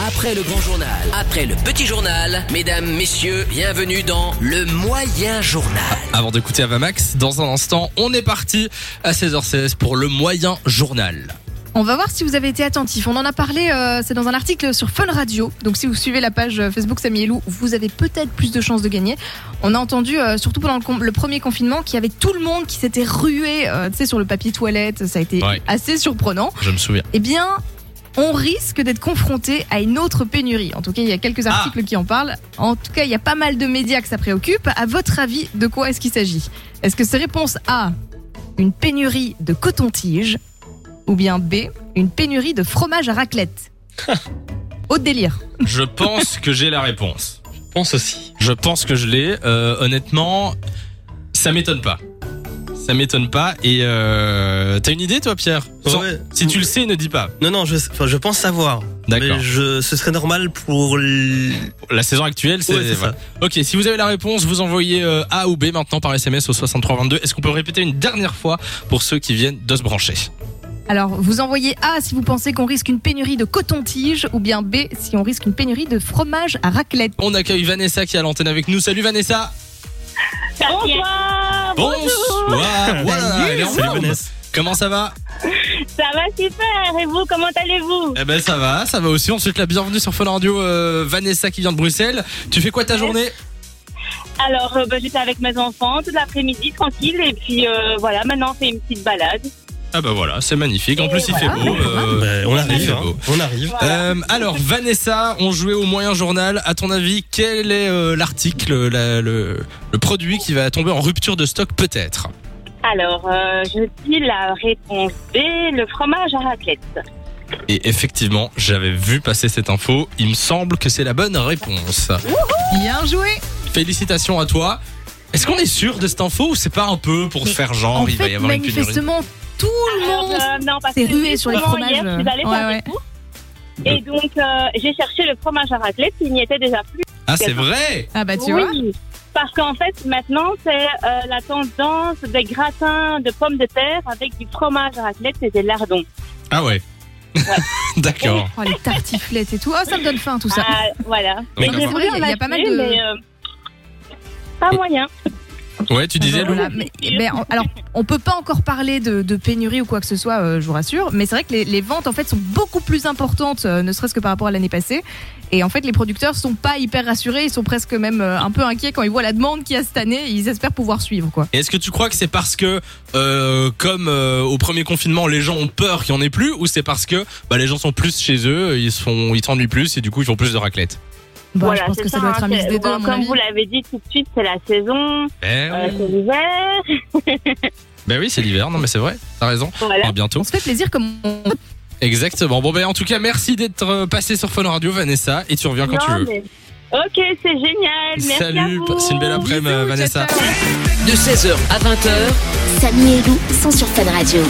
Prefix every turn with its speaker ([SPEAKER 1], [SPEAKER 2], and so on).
[SPEAKER 1] Après le grand journal, après le petit journal, mesdames, messieurs, bienvenue dans le moyen journal.
[SPEAKER 2] Avant d'écouter Avamax, dans un instant, on est parti à 16h16 pour le moyen journal.
[SPEAKER 3] On va voir si vous avez été attentif. On en a parlé, euh, c'est dans un article sur Fun Radio. Donc si vous suivez la page euh, Facebook Samy et Lou, vous avez peut-être plus de chances de gagner. On a entendu, euh, surtout pendant le, com- le premier confinement, qu'il y avait tout le monde qui s'était rué euh, tu sais, sur le papier toilette. Ça a été
[SPEAKER 2] Ouais.
[SPEAKER 3] assez surprenant.
[SPEAKER 2] Je me souviens.
[SPEAKER 3] Eh bien, on risque d'être confronté à une autre pénurie. En tout cas, il y a quelques
[SPEAKER 2] Ah.
[SPEAKER 3] articles qui en parlent. En tout cas, il y a pas mal de médias que ça préoccupe. À votre avis, de quoi est-ce qu'il s'agit Est-ce que c'est réponse A, une pénurie de coton-tige Ou bien B, une pénurie de fromage à raclette Au délire.
[SPEAKER 2] Je pense que j'ai la réponse.
[SPEAKER 4] pense aussi.
[SPEAKER 2] Je pense que je l'ai. Euh, honnêtement, ça m'étonne pas. Ça m'étonne pas. Et euh, t'as une idée, toi, Pierre Sans-
[SPEAKER 4] Ouais.
[SPEAKER 2] Si tu le sais, ne dis pas.
[SPEAKER 4] Non, non, je, enfin, je pense savoir.
[SPEAKER 2] D'accord.
[SPEAKER 4] Mais je, ce serait normal pour. l-
[SPEAKER 2] La saison actuelle, c'est.
[SPEAKER 4] Ouais, c'est ça.
[SPEAKER 2] Ok, si vous avez la réponse, vous envoyez euh, A ou B maintenant par SMS au 6322. Est-ce qu'on peut répéter une dernière fois pour ceux qui viennent de se brancher
[SPEAKER 3] Alors, vous envoyez A si vous pensez qu'on risque une pénurie de coton-tige, ou bien B si on risque une pénurie de fromage à raclette.
[SPEAKER 2] On accueille Vanessa qui est à l'antenne avec nous. Salut Vanessa
[SPEAKER 3] Ah,
[SPEAKER 5] Bonsoir,
[SPEAKER 2] Bonsoir Voilà, elle est en
[SPEAKER 4] Salut,
[SPEAKER 2] forme.
[SPEAKER 4] Vanessa.
[SPEAKER 2] Comment ça va
[SPEAKER 5] ça va super. Et vous, comment allez-vous
[SPEAKER 2] Eh ben ça va, ça va aussi. On te souhaite la bienvenue sur Fun Radio, euh, Vanessa qui vient de Bruxelles. Tu fais quoi ta journée
[SPEAKER 5] Alors, euh, bah, j'étais avec mes enfants toute l'après-midi, tranquille. Et puis euh, voilà, maintenant on fait une petite balade.
[SPEAKER 2] Ah bah voilà, c'est magnifique. En
[SPEAKER 5] Et
[SPEAKER 2] plus il
[SPEAKER 5] voilà.
[SPEAKER 2] fait beau. euh,
[SPEAKER 4] Bah, on
[SPEAKER 2] il
[SPEAKER 4] arrive.
[SPEAKER 2] fait
[SPEAKER 4] hein.
[SPEAKER 2] beau.
[SPEAKER 4] On arrive.
[SPEAKER 5] Voilà.
[SPEAKER 2] Euh, alors Vanessa, on jouait au moyen journal. À ton avis, quel est euh, l'article, la- le, le produit qui va tomber en rupture de stock peut-être
[SPEAKER 5] Alors, euh, je dis la réponse B, le fromage à raclette.
[SPEAKER 2] Et effectivement, j'avais vu passer cette info. Il me semble que c'est la bonne réponse.
[SPEAKER 3] Bien joué
[SPEAKER 2] Félicitations à toi. Est-ce qu'on est sûr de cette info ou c'est pas un peu pour
[SPEAKER 3] Mais
[SPEAKER 2] faire genre
[SPEAKER 3] En
[SPEAKER 2] Oh, il va y
[SPEAKER 3] fait,
[SPEAKER 2] avoir une pénurie
[SPEAKER 3] manifestement, tout le
[SPEAKER 5] Alors,
[SPEAKER 3] monde
[SPEAKER 5] euh, non, parce
[SPEAKER 3] C'est
[SPEAKER 5] que
[SPEAKER 3] rué sur les
[SPEAKER 5] justement, Hier,
[SPEAKER 3] fromages,
[SPEAKER 5] je suis allée
[SPEAKER 3] euh,
[SPEAKER 5] faire
[SPEAKER 3] ouais,
[SPEAKER 5] des courses. Et donc, euh, j'ai cherché le fromage à raclette. Il n'y était déjà plus.
[SPEAKER 2] Ah c'est vrai
[SPEAKER 3] Ah bah tu
[SPEAKER 5] oui.
[SPEAKER 3] vois
[SPEAKER 5] Parce qu'en fait, maintenant, c'est euh, la tendance des gratins de pommes de terre avec du fromage à raclette et des lardons.
[SPEAKER 2] Ah ouais. D'accord.
[SPEAKER 3] Oh, les tartiflettes et tout. Oh, ça me donne faim tout ça.
[SPEAKER 5] Ah, voilà.
[SPEAKER 2] Mais
[SPEAKER 5] Donc, j'ai
[SPEAKER 3] comment-
[SPEAKER 5] voulu
[SPEAKER 3] Il y a- il y a
[SPEAKER 5] en
[SPEAKER 3] pas mal
[SPEAKER 5] acheter,
[SPEAKER 3] de- Bah,
[SPEAKER 5] mais, euh, pas moyen.
[SPEAKER 2] Ouais, tu disais Lou
[SPEAKER 3] Voilà, mais- mais en- alors, on peut pas encore parler de, de pénurie ou quoi que ce soit, euh, je vous rassure. Mais c'est vrai que les, les ventes en fait sont beaucoup plus importantes, euh, ne serait-ce que par rapport à l'année passée. Et en fait, les producteurs sont pas hyper rassurés, ils sont presque même euh, un peu inquiets quand ils voient la demande qu'il y a cette année. et Ils espèrent pouvoir suivre quoi.
[SPEAKER 2] Et Est-ce que tu crois que c'est parce que, euh, comme euh, au premier confinement, les gens ont peur qu'il n'y en ait plus, ou c'est parce que bah, les gens sont plus chez eux, ils se font- ils s'ennuient plus et du coup ils font plus de raclette
[SPEAKER 3] Bon,
[SPEAKER 5] Voilà,
[SPEAKER 3] je pense
[SPEAKER 5] c'est
[SPEAKER 3] que ça, doit
[SPEAKER 5] hein,
[SPEAKER 3] être un mix
[SPEAKER 5] c'est-
[SPEAKER 3] des deux.
[SPEAKER 5] bon,
[SPEAKER 3] à mon
[SPEAKER 5] comme
[SPEAKER 3] avis.
[SPEAKER 5] vous l'avez dit tout de suite, c'est la saison,
[SPEAKER 2] Ben
[SPEAKER 5] euh, c'est l'hiver.
[SPEAKER 2] Ben oui, c'est l'hiver, non mais c'est vrai, t'as raison.
[SPEAKER 5] Voilà.
[SPEAKER 2] À bientôt.
[SPEAKER 3] On se fait plaisir comme on
[SPEAKER 2] Exactement. Bon ben en tout cas, merci d'être euh, passé sur Fun Radio, Vanessa, et tu reviens quand tu
[SPEAKER 5] Non,
[SPEAKER 2] veux.
[SPEAKER 5] mais- Ok, c'est génial. Merci à
[SPEAKER 2] Salut,
[SPEAKER 5] vous.
[SPEAKER 2] passe une belle après-midi,
[SPEAKER 3] Bisous,
[SPEAKER 2] Vanessa.
[SPEAKER 3] ciao, ciao.
[SPEAKER 1] De 16h à 20h,
[SPEAKER 6] Samy et Lou sont sur Fan Radio.